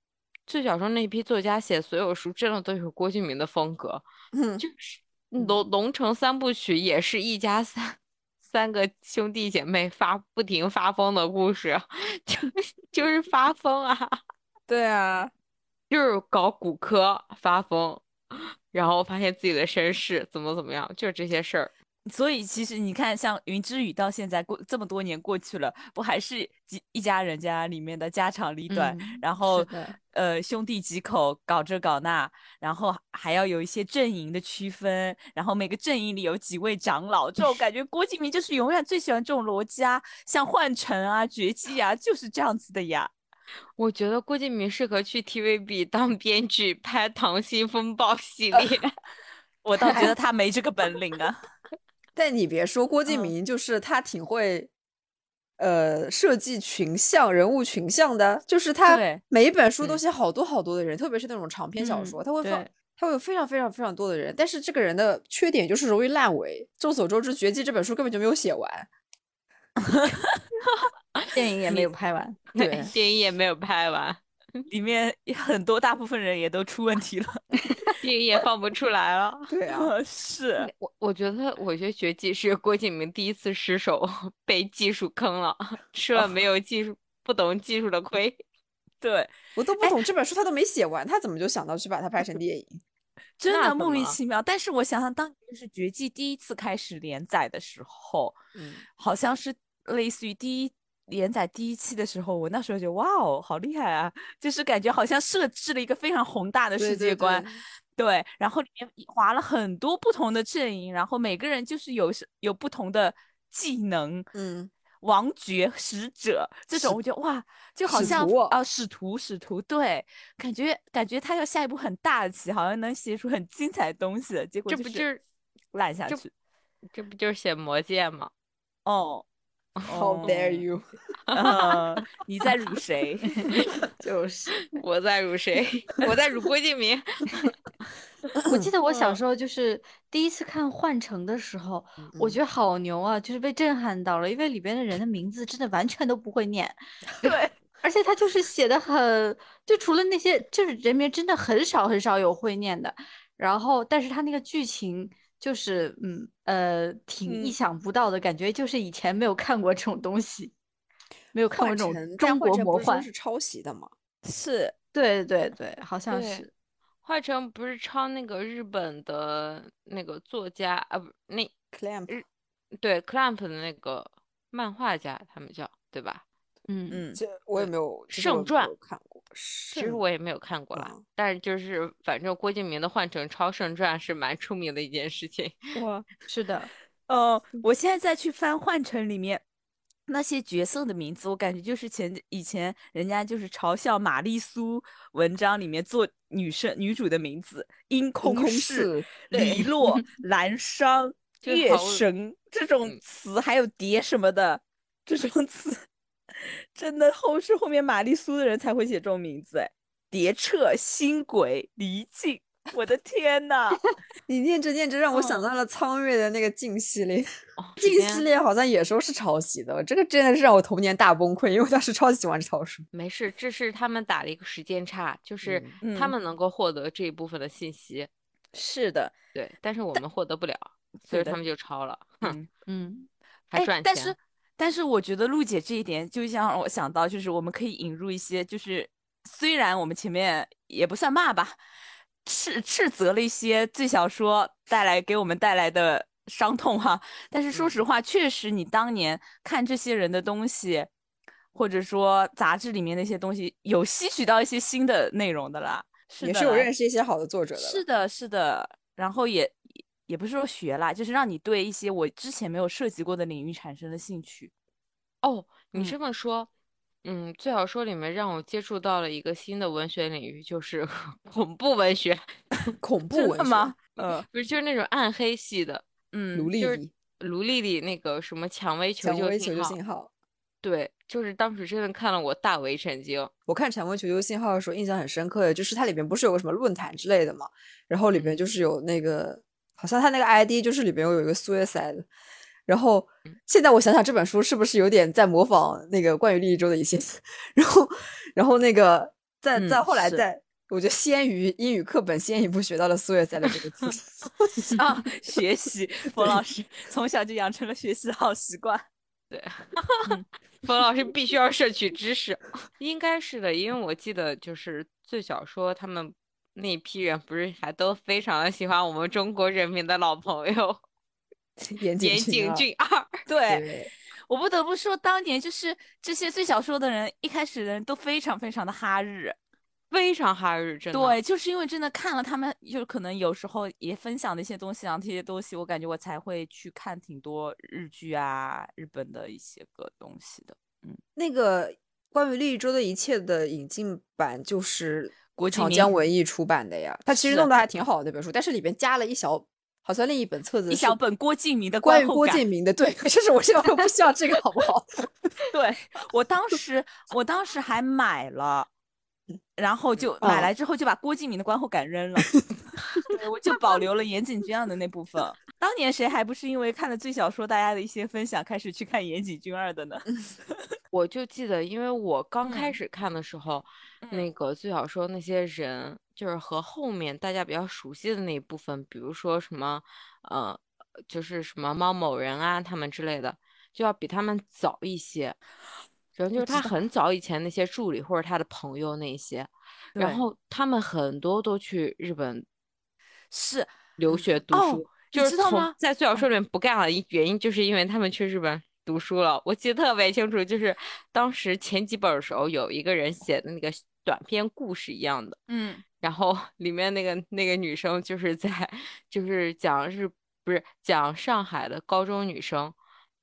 最小时候那一批作家写所有书，真的都有郭敬明的风格，
嗯，
就是龙龙城三部曲也是一家三。三个兄弟姐妹发不停发疯的故事，啊 *laughs* 就是就是发疯啊， *laughs*
对啊，
就是搞骨科发疯，然后发现自己的身世怎么怎么样，就是这些事儿。
所以其实你看，像云之羽到现在过这么多年过去了，不还是几一家人家里面的家长里短，
嗯
然后
的
呃兄弟几口搞这搞那，然后还要有一些阵营的区分，然后每个阵营里有几位长老，这种感觉郭敬明就是永远最喜欢这种逻辑啊，像幻城啊、绝技啊，就是这样子的呀。
我觉得郭敬明适合去 TVB 当编剧，拍《溏心风暴》系 *laughs* 列。
我倒觉
*laughs*
得他没这个本领啊。
但你别说，郭敬
嗯
明就是他挺会，呃，设计群像、人物群像的。就是他
对
每一本书都
嗯
写好多好多的人，特别是那种长篇小
嗯
说，他会放
对，
他会有非常非常非常多的人。但是这个人的缺点就是容易烂尾。众所周知，《绝技》这本书根本就没有写完。
电影也没有拍完。
对
电影也没有拍完，
里面也很多大部分人也都出问题了。
电影也放不出来了。
对
*laughs*
啊，
是，
我我觉得，我觉得《绝技》是郭敬明第一次失手被技术坑了，吃了没有技术、不懂技术的亏。
对，
我都
哎
不懂这本书他都没写完，他怎么就想到去把它拍成电影？
真
那
的
怎
莫名
么
其妙。但是我想想，当年就是《绝技》第一次开始连载的时候，
嗯，
好像是类似于第一连载第一期的时候，我那时候就哇哦，好厉害啊！就是感觉好像设置了一个非常宏大的
对
*laughs* 世
对
界观，
对
对，然后里面划了很多不同的阵营，然后每个人就是有是有不同的技能，
嗯，
王爵、使者这种，我觉得哇，就好
使
像
徒
啊，使徒，使徒，对，感觉感觉他要下一步很大的棋，好像能写出很精彩的东西的，结果
这不就是
烂下
这
去。
这不就是写魔戒吗？
哦
How dare
哦
you！
嗯， *laughs* 你在辱谁？ *laughs*
就是。
我在辱谁？我在辱郭敬明。
我记得我小时候就是第一次看《幻城》的时候，
嗯
我觉得好牛啊，就是被震撼到了，因为里边的人的名字真的完全都不会念，
对，
而且他就是写的很，就除了那些就是人名真的很少很少有会念的，然后但是他那个剧情就是嗯呃挺意
嗯
想不到的感觉，就是以前没有看过这种东西，没有看过
幻
这种
城，但
中
幻
国
城
魔
不是说
幻，
是抄袭的吗？
是
对对对，好像
对
是，
华城不是抄那个日本的那个作家啊，不，那
Clamp，
嗯对 clamp 的那个漫画家，他们叫对吧？
嗯
嗯，
这我也没有，这个
圣
我也没
传
有看过。
其
其
实我也没有看过啦，
嗯
但是就是反正郭敬明的《换乘超圣传》是蛮出名的一件事情。 *laughs*
哇，
是的，
哦，我现在再去翻《幻城》里面那些角色的名字，我感觉就是前以前人家就是嘲笑玛丽苏文章里面做女生女主的名字，因空
空
室、
室
黎 *laughs* 落、兰殇、
真
月
好恶
神这种
嗯
词，还有蝶什么的这种词， *laughs* 真的后是后面玛丽苏的人才会写这种名字，哎，蝶彻、新鬼、离境，我的天呐！
你念着念着，让我想
嗯
到了苍月的那个镜系列， *laughs*
哦
镜
里
系
面
列好像也说是抄袭的，这个真的是让我童年大崩溃，因为我当时超喜欢这套书。
没事，这是他们打了一个时间差，就是
嗯
他
嗯
们能够获得这一部分的信息，
*laughs* 是的，
对，但是我们获得不了，所
对
以
的
他们就抄了，
嗯。
嗯，
还
哎
赚
但
钱。
是，但是我觉得陆姐这一点，就像我想到，就是我们可以引入一些，就是虽然我们前面也不算骂吧，斥斥责了一些最小说带来给我们带来的伤痛哈、但是说实
嗯
话，确实你当年看这些人的东西，或者说杂志里面那些东西，有吸取到一些新的内容的啦。是
也
的
是我
啦
认识一些好的作者的了。
是的，是的，然后也也不是说学啦，就是让你对一些我之前没有涉及过的领域产生了兴趣。
哦，你
嗯
这么说，嗯，最好说里面让我接触到了一个新的文学领域，就是 *laughs* 恐怖文学，
恐怖
真
文
的
学
吗？？呃，
不是就是那种暗黑系的，
卢 *laughs*
嗯，
丽
就是
丽、
卢丽丽那个什么蔷薇求
蔷
救
薇
信
求救
号，
信号。
对，就是当时真的看了我大为震惊。
我看《蔷薇求救信号》的时候，印象很深刻的就是它里边不是有个什么论坛之类的嘛，然后里
嗯
边就是有那个，好像它那个 ID 就是里边有一个 suicide，然后
嗯
现在我想想这本书是不是有点在模仿那个关于利益周的一些， *laughs* 然后然后那个在在
嗯
后来
是
在。我觉得先于英语课本先一步学到了 “suicide” 这个
*laughs*
*laughs* 字，
啊， *laughs* 学习，冯老师从小就养成了学习的好习惯。
冯老师必须要摄取知识， *laughs* 应该是的，因为我记得就是最小说他们那一批人不是还都非常的喜欢我们中国人民的老朋 *laughs* 友
岩井
岩井
二。
俊二，
对，
对，
我不得不说，当年就是这些最小说的人，一开始的人都非常非常的哈日。
非常哈日，真的。
对，就是因为真的看了他们，就可能有时候也分享的一些东西啊，这些东西，我感觉我才会去看挺多日剧啊，日本的一些个东西的。
那个关于利益周的一切的引进版就是
国际
长
民
江文艺出版的呀，它其实
是
弄得还挺好的那本书，但是里边加了一小，好像另一本册子
一
是
小本郭敬明的
关于
观后
郭
感
敬明的，对， *laughs* 就是我现在我不需要这个好不
*laughs*
好？
对我当时，我当时还买了，然后就
嗯
买来之后就把郭敬明的观后感扔了，对，我就保留了岩井俊二的那部分。当年谁还不是因为看了最小说大家的一些分享，开始去看岩井俊二的呢？
我就记得，因为我刚开
嗯
始看的时候，
嗯
那个最小说那些人，就是和后面大家比较熟悉的那一部分，比如说什么，呃，就是什么猫某人啊，他们之类的，就要比他们早一些。然后就是他很早以前那些助理或者他的朋友那一些，
对
然后他们很多都去日本
是
留学读
哦
书，
你
就是
知道
从
吗嗯
在最小说里面不干了，一原因就是因为他们去日本读书了。我记得特别清楚，就是当时前几本儿的时候，有一个人写的那个短篇故事一样的，
嗯。
然后里面那个那个女生就是在就是讲日不是讲上海的高中女生，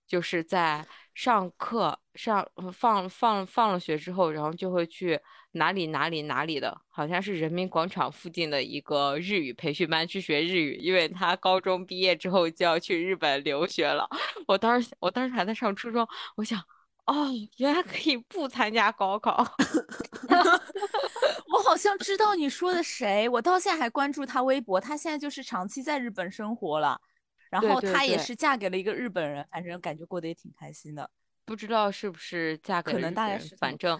就是在上课上呃放放放了学之后，然后就会去哪里哪里哪里的，好像是人民广场附近的一个日语培训班去学日语，因为他高中毕业之后就要去日本留学了。我当时我当时还在上初中，我想。哦，原来可以不参加高考。 *laughs*
我好像知道你说的谁，我到现在还关注他微博。他现在就是长期在日本生活了，然后
对对
他也
对
是嫁给了一个日本人，反正感觉过得也挺开心的。
不知道是不是嫁给
可
了
能
日
大
本
概
人
是
反
这
正，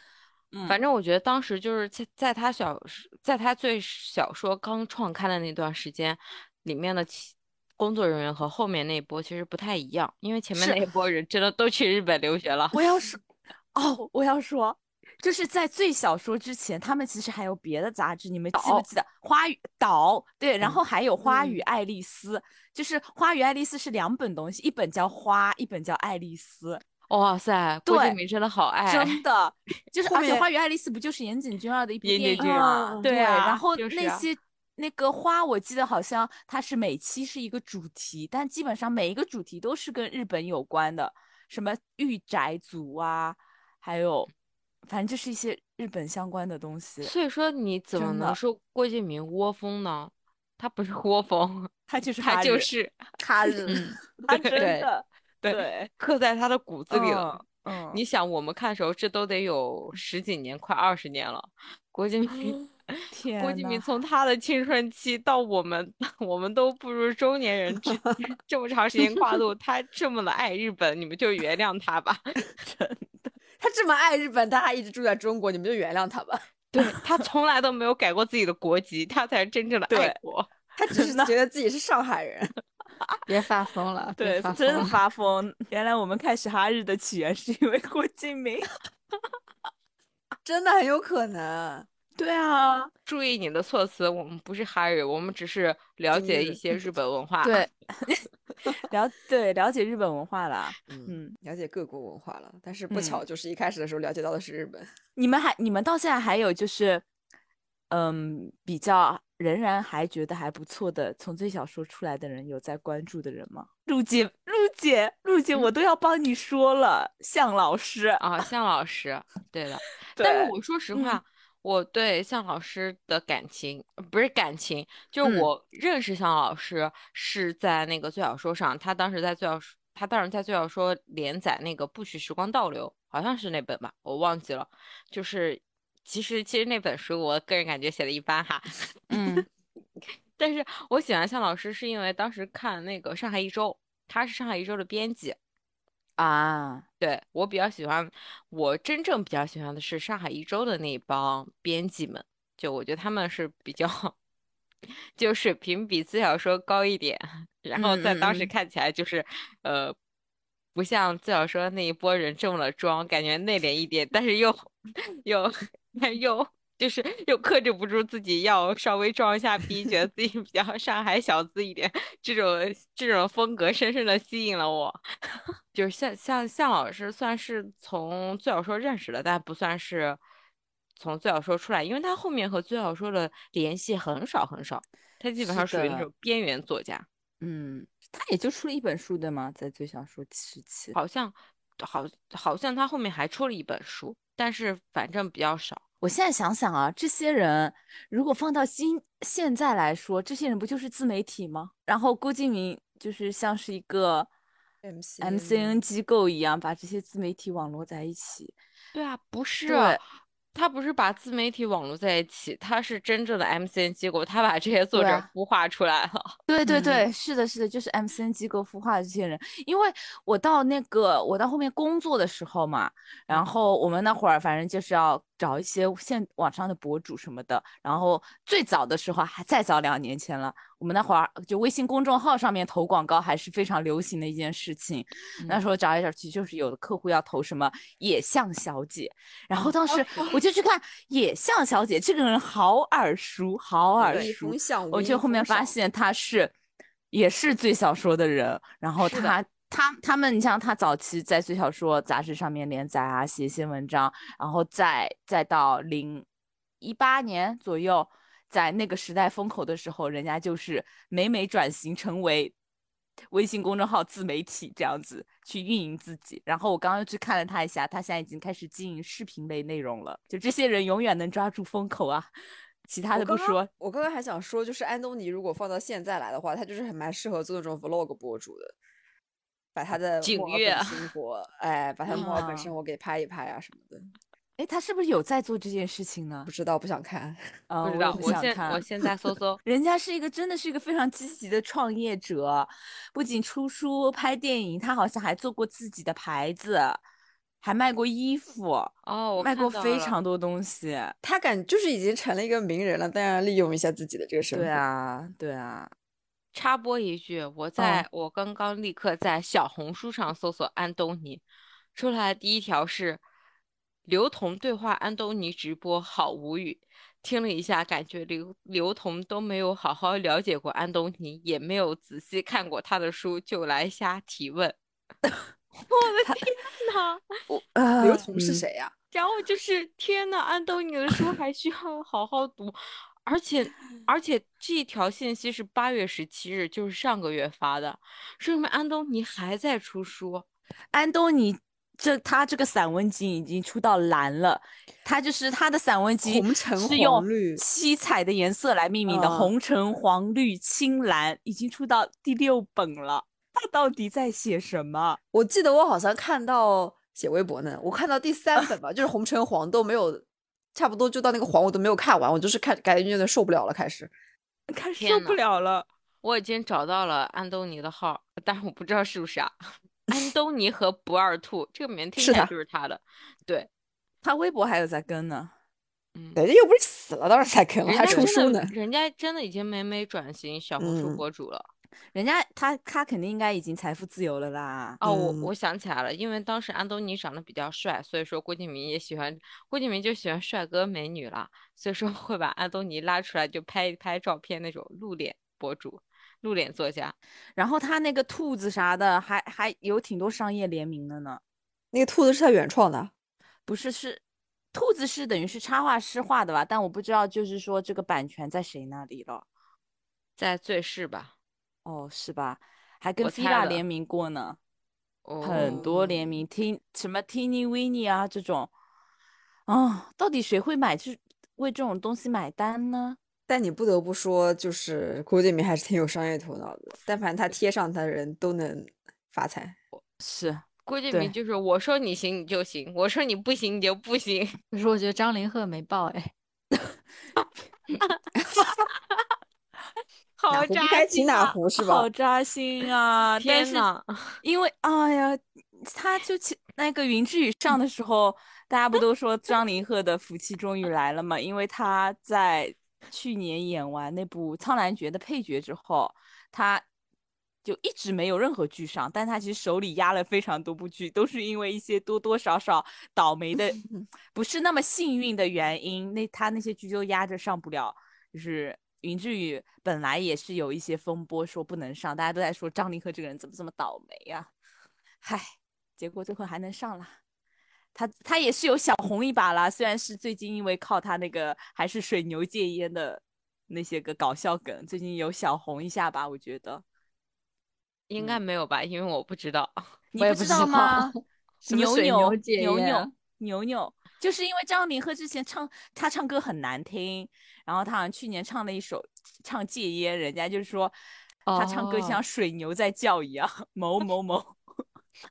嗯
反正我觉得当时就是在在他小时，在他最小说刚创刊的那段时间，里面的其工作人员和后面那一波其实不太一样，因为前面
是
那一波人真的都去日本留学了。
我要说，哦，我要说，就是在最小说之前，他们其实还有别的杂志，你们记不
岛
记得《花语岛》？对，然
嗯
后还有《花
嗯
与爱丽丝》就是《花与爱丽丝》是两本东西，一本叫《花》，一本叫《爱丽丝》。
*laughs* 哇塞，郭
对
敬明真的好爱，
真的，哎 *laughs* 就是
后
而且《
面
花与爱丽丝》不就是岩井俊二的一部
岩
电影
井俊二
嘛？
对啊
然后
就是
那
啊
些那个花，我记得好像它是每期是一个主题，但基本上每一个主题都是跟日本有关的，什么御宅族啊，还有反正就是一些日本相关的东西。
所以说你怎么
真
能
的
说郭敬明窝疯呢？他不是窝疯，
它就是
他
哈
就
日，
是
他日
它真
对
的
对
对，
刻在他的骨子里了。
嗯，嗯
你想，我们看的时候，这都得有十几年，快二十年了。郭敬明，郭
天
敬
呐
明从他的青春期到我们， *laughs* 我们都步入中年人
*laughs*
之这么长时间跨度，他这么的爱日本，你们就原谅他吧。
他这么爱日本，但他一直住在中国，你们就原谅他
*laughs*
吧。
对 *laughs* 他从来都没有改过自己的国籍，他才是真正的爱
对
国。
他只是觉得自己是上海
*laughs*
人。
别发疯了，别
对
发，
真的
疯了
发疯。原来我们开始哈日的起源是因为郭敬明。
*laughs*
真的很有可能。
对啊，
注意你的措辞，我们不是哈日，我们只是了
敬
解
日
一些日本文化。
对，了对了解日本文化啦。
嗯，
嗯，
了解各国文化了，但是不巧就是一开始的时候了解到的是日本。 *laughs*
你们还你们到现在还有就是，嗯，比较仍然还觉得还不错的，从最小说出来的人有在关注的人吗？陆姐，陆姐，陆姐，我都要帮你说了，向老师。
嗯啊，向老师，对的。
对
但是我说实
嗯
话，我对向老师的感情呃不是感情，就是
嗯
我认识向老师是在那个最小说上，他当时在最小说，他当时在最小说连载那个《不许时光倒流》，好像是那本吧，我忘记了。就是其实其实那本书我个人感觉写的一般哈，
嗯
但是我喜欢向老师是因为当时看那个《上海一周》，他是《上海一周》的编辑。
啊，
对，我比较喜欢，我真正比较喜欢的是上海一周的那帮编辑们，就我觉得他们是比较，就水平比自小说高一点，然后在当时
嗯嗯嗯
看起来就是，呃，不像自小说那一波人这么的装，感觉内敛一点，但是又又但又就是又克制不住自己要稍微装一下逼，觉得自己比较上海小资一点，这种这种风格深深的吸引了我。 *laughs* 就是像像向老师算是从最小说认识的，但不算是从最小说出来，因为他后面和最小说的联系很少很少，他基
是
本上属于那
的
种边缘作家，
嗯，他也就出了一本书对吗？在最小说时期。
好像好好像他后面还出了一本书，但是反正比较少。
我现在想想啊，这些人如果放到今现在来说，这些人不就是自媒体吗？然后郭敬明就是像是一个
MCN
MCN 机构一样，把这些自媒体网络在一起。
对啊，不是
对，
他不是把自媒体网络在一起，他是真正的 MCN 机构，他把这些作
对
者
啊
孵化出来了。
对对
嗯
对，是的，是的，就是 MCN 机构孵化的这些人。因为我到那个我到后面工作的时候嘛，然后我们那会儿反正就是要找一些现网上的博主什么的。然后最早的时候还再早两年前了，我们那会儿就微信公众号上面投广告还是非常流行的一件事情。那
嗯
时候找来找去，就是有的客户要投什么野象小姐，然后当时我就去看野象小姐这个人好耳熟，好耳
一
熟
风。向，
我
无一
就后面
风
发
尚，
现他是，也是最小说的人。然后
是的
他他他们，你像他早期在最小说杂志上面连载啊，写一些文章，然后再再到零一八年左右，在那个时代风口的时候，人家就是每每转型成为微信公众号自媒体这样子去运营自己。然后我刚刚又去看了他一下，他现在已经开始经营视频类内容了。就这些人永远能抓住风口啊，其他的不
我刚
说
刚，我刚刚还想说，就是安东尼如果放到现在来的话，他就是很蛮适合做那种 vlog 博主的，把他的
景
墨尔
月
本生活，哎，把他墨尔
啊
本生活给拍一拍啊什么的。
哎，他是不是有在做这件事情呢
不？知道，不想看。
啊，
*laughs*
我
不知
也
道，
不
我
想
现
看，
我现在搜搜
人家是一个真的是一个非常积极的创业者，不仅出书、拍电影，他好像还做过自己的牌子，还卖过衣服，
哦，我
卖
看
过
到
非
了
常多东西。
他感就是已经成了一个名人了，当然利用一下自己的这个身份。
对，啊，对啊，
插播一句，
嗯
我在、我刚刚立刻在小红书上搜索安东尼，出来的第一条是刘同对话安东尼直播，好无语。听了一下，感觉刘刘同都没有好好了解过安东尼，也没有仔细看过他的书，就来瞎提问。 *laughs* 我的天呐！
呃
刘同是
嗯
谁呀、
然后就是天呐，安东尼的书还
*laughs*
需要好好读，而且
嗯
而且这条信息是八月十七日，就是上个月发的，说明安东尼还在出书。
安东尼这他这个散文集已经出到蓝了，他就是他的散文集
红橙
是用
黄绿
七彩的颜色来命名的，
嗯
红橙黄绿青蓝已经出到第六本了。他到底在写什么？
我记得我好像看到写微博呢，我看到第三本吧，就是红橙黄都没有，差不多就到那个黄我都没有看完，我就是看感觉有点受不了了，开始。
看受
天
不
呐
了了。
我已经找到了安东尼的号，但是我不知道是不是啊。安东尼和不二兔这个名听
是
起来
他
就是他的，对，
他微博还有在跟呢，
嗯，
人家又不是死了，当然才坑了，
人
还
家
出书
真
呢
的，。人家真的已经美美转型小红书
嗯
博主了。
人家他他肯定应该已经财富自由了啦。
哦，我
嗯
我想起来了，因为当时安东尼长得比较帅，所以说郭敬明也喜欢，郭敬明就喜欢帅哥美女啦，所以说会把安东尼拉出来就拍一拍照片那种露脸博主、露脸作家。
然后他那个兔子啥的，还还有挺多商业联名的呢。
那个兔子是他原创的，
不是，是兔子是等于是插画师画的吧？但我不知道，就是说这个版权在谁那里了？
在最是吧？
哦，是吧？还跟
我猜
Fila
的
联名过呢，很
哦，
多联名，听什么 Tiny Winnie 啊这种，啊，到底谁会买这为这种东西买单呢？
但你不得不说，就是郭敬明还是挺有商业头脑的，但凡他贴上他的人都能发财。
是，
郭敬
对
明就是我说你行你就行，我说你不行你就不行。 *laughs*
可是我觉得张凌赫没爆哎，
哪
好
壶不
扎
开提
心
哪
啊！
壶是吧
好？扎心啊！但
*laughs* 天
是
呐，
因为哎呀，他就去那个云之羽上的时候，大家不都说张凌赫的福气终于来了嘛？因为他在去年演完那部《苍兰诀》的配角之后，他就一直没有任何剧上，但他其实手里压了非常多部剧，都是因为一些多多少少倒霉的，不是那么幸运的原因，那他那些剧就压着上不了。就是云之羽本来也是有一些风波，说不能上，大家都在说张凌赫这个人怎么这么倒霉呀、嗨，结果最后还能上啦。他他也是有小红一把啦，虽然是最近因为靠他那个还是水牛戒烟的那些个搞笑梗，最近有小红一下吧，我觉得
嗯
应该没有吧？因为我不知道。
你
我也
知
不知
道
道
吗？
什么
牛
水
牛
牛戒
牛
烟
牛牛牛，就是因为张凌赫之前唱他唱歌很难听，然后他好像去年唱了一首唱戒烟，人家就说他唱歌像
哦
水牛在叫一样， *laughs* 某某某。 *laughs*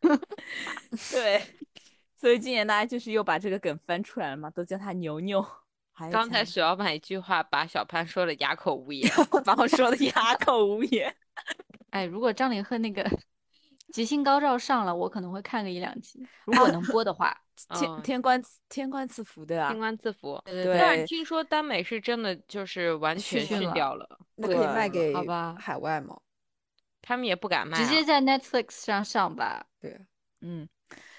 对，所以今年大家就是又把这个梗翻出来了嘛，都叫他牛牛。还有
刚才
才
许老板一句话把小潘说的哑口无言。 *laughs*
把我
*laughs*
说的哑口无言。
哎，如果张凌赫那个 *laughs* 《吉星高照》上了，我可能会看个一两集，如果能播的话。
*laughs* 天
嗯
天官赐天官赐福的啊
天，官赐福。
对
对
但是听说耽美是真的就是完全
训
训
了
掉了，
那可以卖
对
给
好吧
海外吗？
他们也不敢卖
直接
了。
在 Netflix 上上吧，
对，
嗯，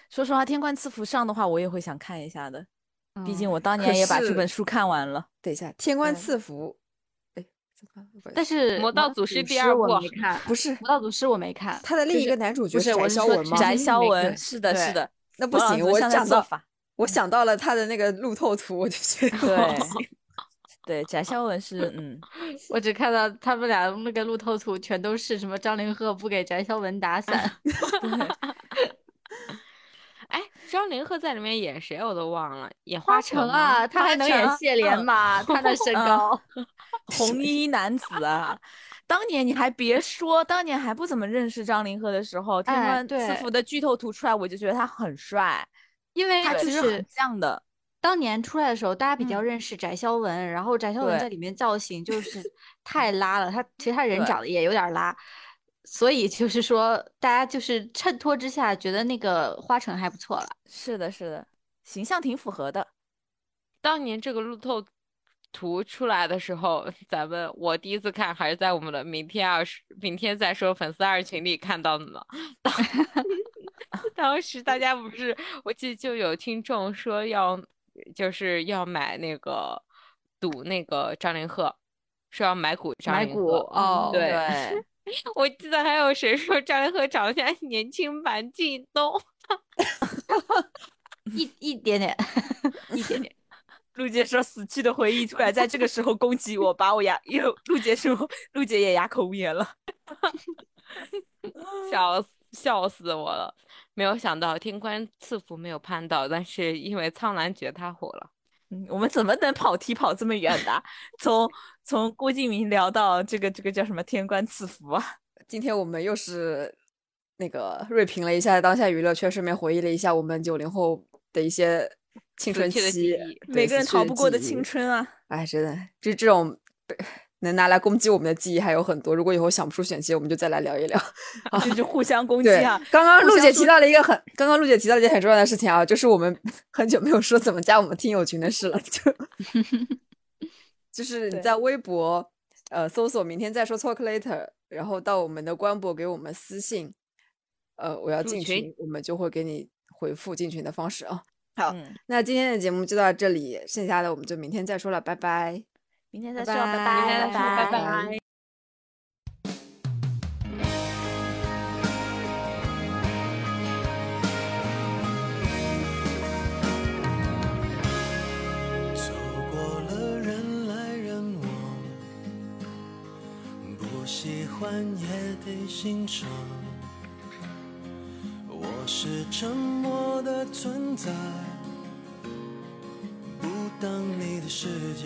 说实话，天官赐福上的话，我也会想看一下的。毕竟
嗯
我当
可
年也把这
是
本书看完了。
等一下，《天官
对
赐福》哎，怎么不好意
但
思
是《
魔道祖师
师
第二
我
部
没看，
不是
魔道祖师我没看，
他的
就
另一
是
个男主角
不是
翟
我
潇
说
文
之
吗？
翟
前是
潇
没
闻
看
是的，
对
是的，
那不
王老
行，
师
我 *laughs*
上来
想
做
到
法，
*laughs* 我想到了他的那个路透图，我就觉得不
对
行。
对，翟潇闻是
*laughs*
嗯，
我只看到他们俩那个路透图全都是什么张凌赫不给翟潇闻打伞，
哎，张凌赫在里面演谁我都忘了，演
花
城
城
吗
啊，他还能演
花城
谢怜吗？他的身高，
红衣男子啊。当年你还别说，当年还不怎么认识张凌赫的时候，听
哎
完
对
《私服》的剧透图出来，我就觉得他很帅，
因为
他
就
其实
是
很像的。
当年出来的时候，大家比较
嗯
认识翟潇闻，然后翟潇闻
对
在里面造型就是
*laughs*
太拉了，他其实他人
对
长得也有点儿拉，所以就是说大家就是衬托之下觉得那个花城还不错了。
是的，是的，形象挺符合的。
当年这个路透图出来的时候，咱们我第一次看还是在我们的明天二十明天再说粉丝二群里看到的呢。
*laughs*
当当时大家不是，我记得就有听众说要就是要买那个赌那个张凌赫，说要买股张
买
凌
股
赫。
哦，
对
对
*laughs* 我记得还有谁说张凌赫长得像 *laughs* 年轻版靳东，
*laughs* 一一点点，
一点点。
陆姐说：“死去的回忆突然在这个时候攻击我，把我哑又。”陆姐说：“陆姐也哑口无言了。
*laughs* 笑死笑死我了！没有想到天官赐福没有盼到，但是因为《苍兰诀》它火了。
嗯”我们怎么能跑题跑这么远的啊？ *laughs* 从从郭敬明聊到这个这个叫什么天官赐福啊？
今天我们又是那个锐评了一下当下娱乐圈，顺便回忆了一下我们九零后的一些青
死
春
去的
期
记忆，
对
每个人逃不过的青。
死去记忆
春啊！ *laughs*
哎，真的，这这种被能拿来攻击我们的记忆还有很多。如果以后想不出选题，我们就再来聊一聊。
就是互相攻击
对
啊。，
刚刚
互
陆
相
姐
助
提到了一个很，刚刚陆姐提到了一件很重要的事情啊，就是我们 *laughs* 很久没有说怎么加我们听友群的事了，
*laughs*
就就是你
对
在微博呃搜索“明天再说 Talk Later”，然后到我们的官博给我们私信，呃，我要
入
进
群
群，我们就会给你回复进群的方式啊。好
嗯，
那今天的节目就到这里，剩下的我们就明天再说了，拜拜。
明天再
拜
说，拜
拜
拜，
明天再说拜
拜
拜
走过了人来人往，不喜欢也得欣赏。我是沉默的存在，不当你的世界，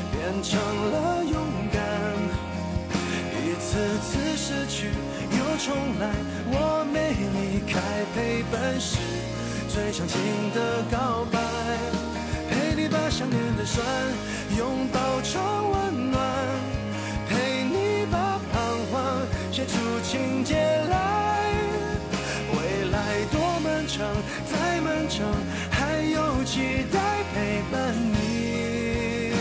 变成了勇敢，一次次失去又重来，我没离开，陪伴是最长情的告白。陪你把想念的酸拥抱成温暖，陪你把彷徨写出情节来。未来多漫长，再漫长，还有期待陪伴你，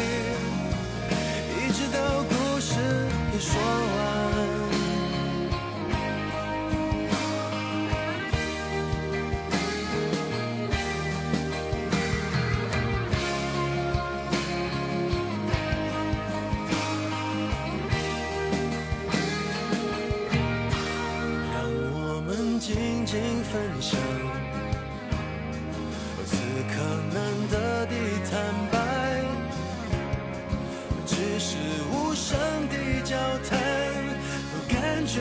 一直到故事给说完。让我们静静分享此刻难得的坦白，只是无声的交谈，感觉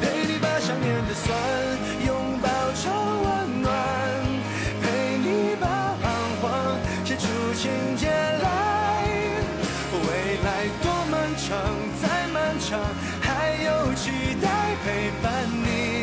陪你把想念的酸拥抱成温暖，陪你把彷徨写出情节来。未来多漫长，再漫长，还有期待陪伴你。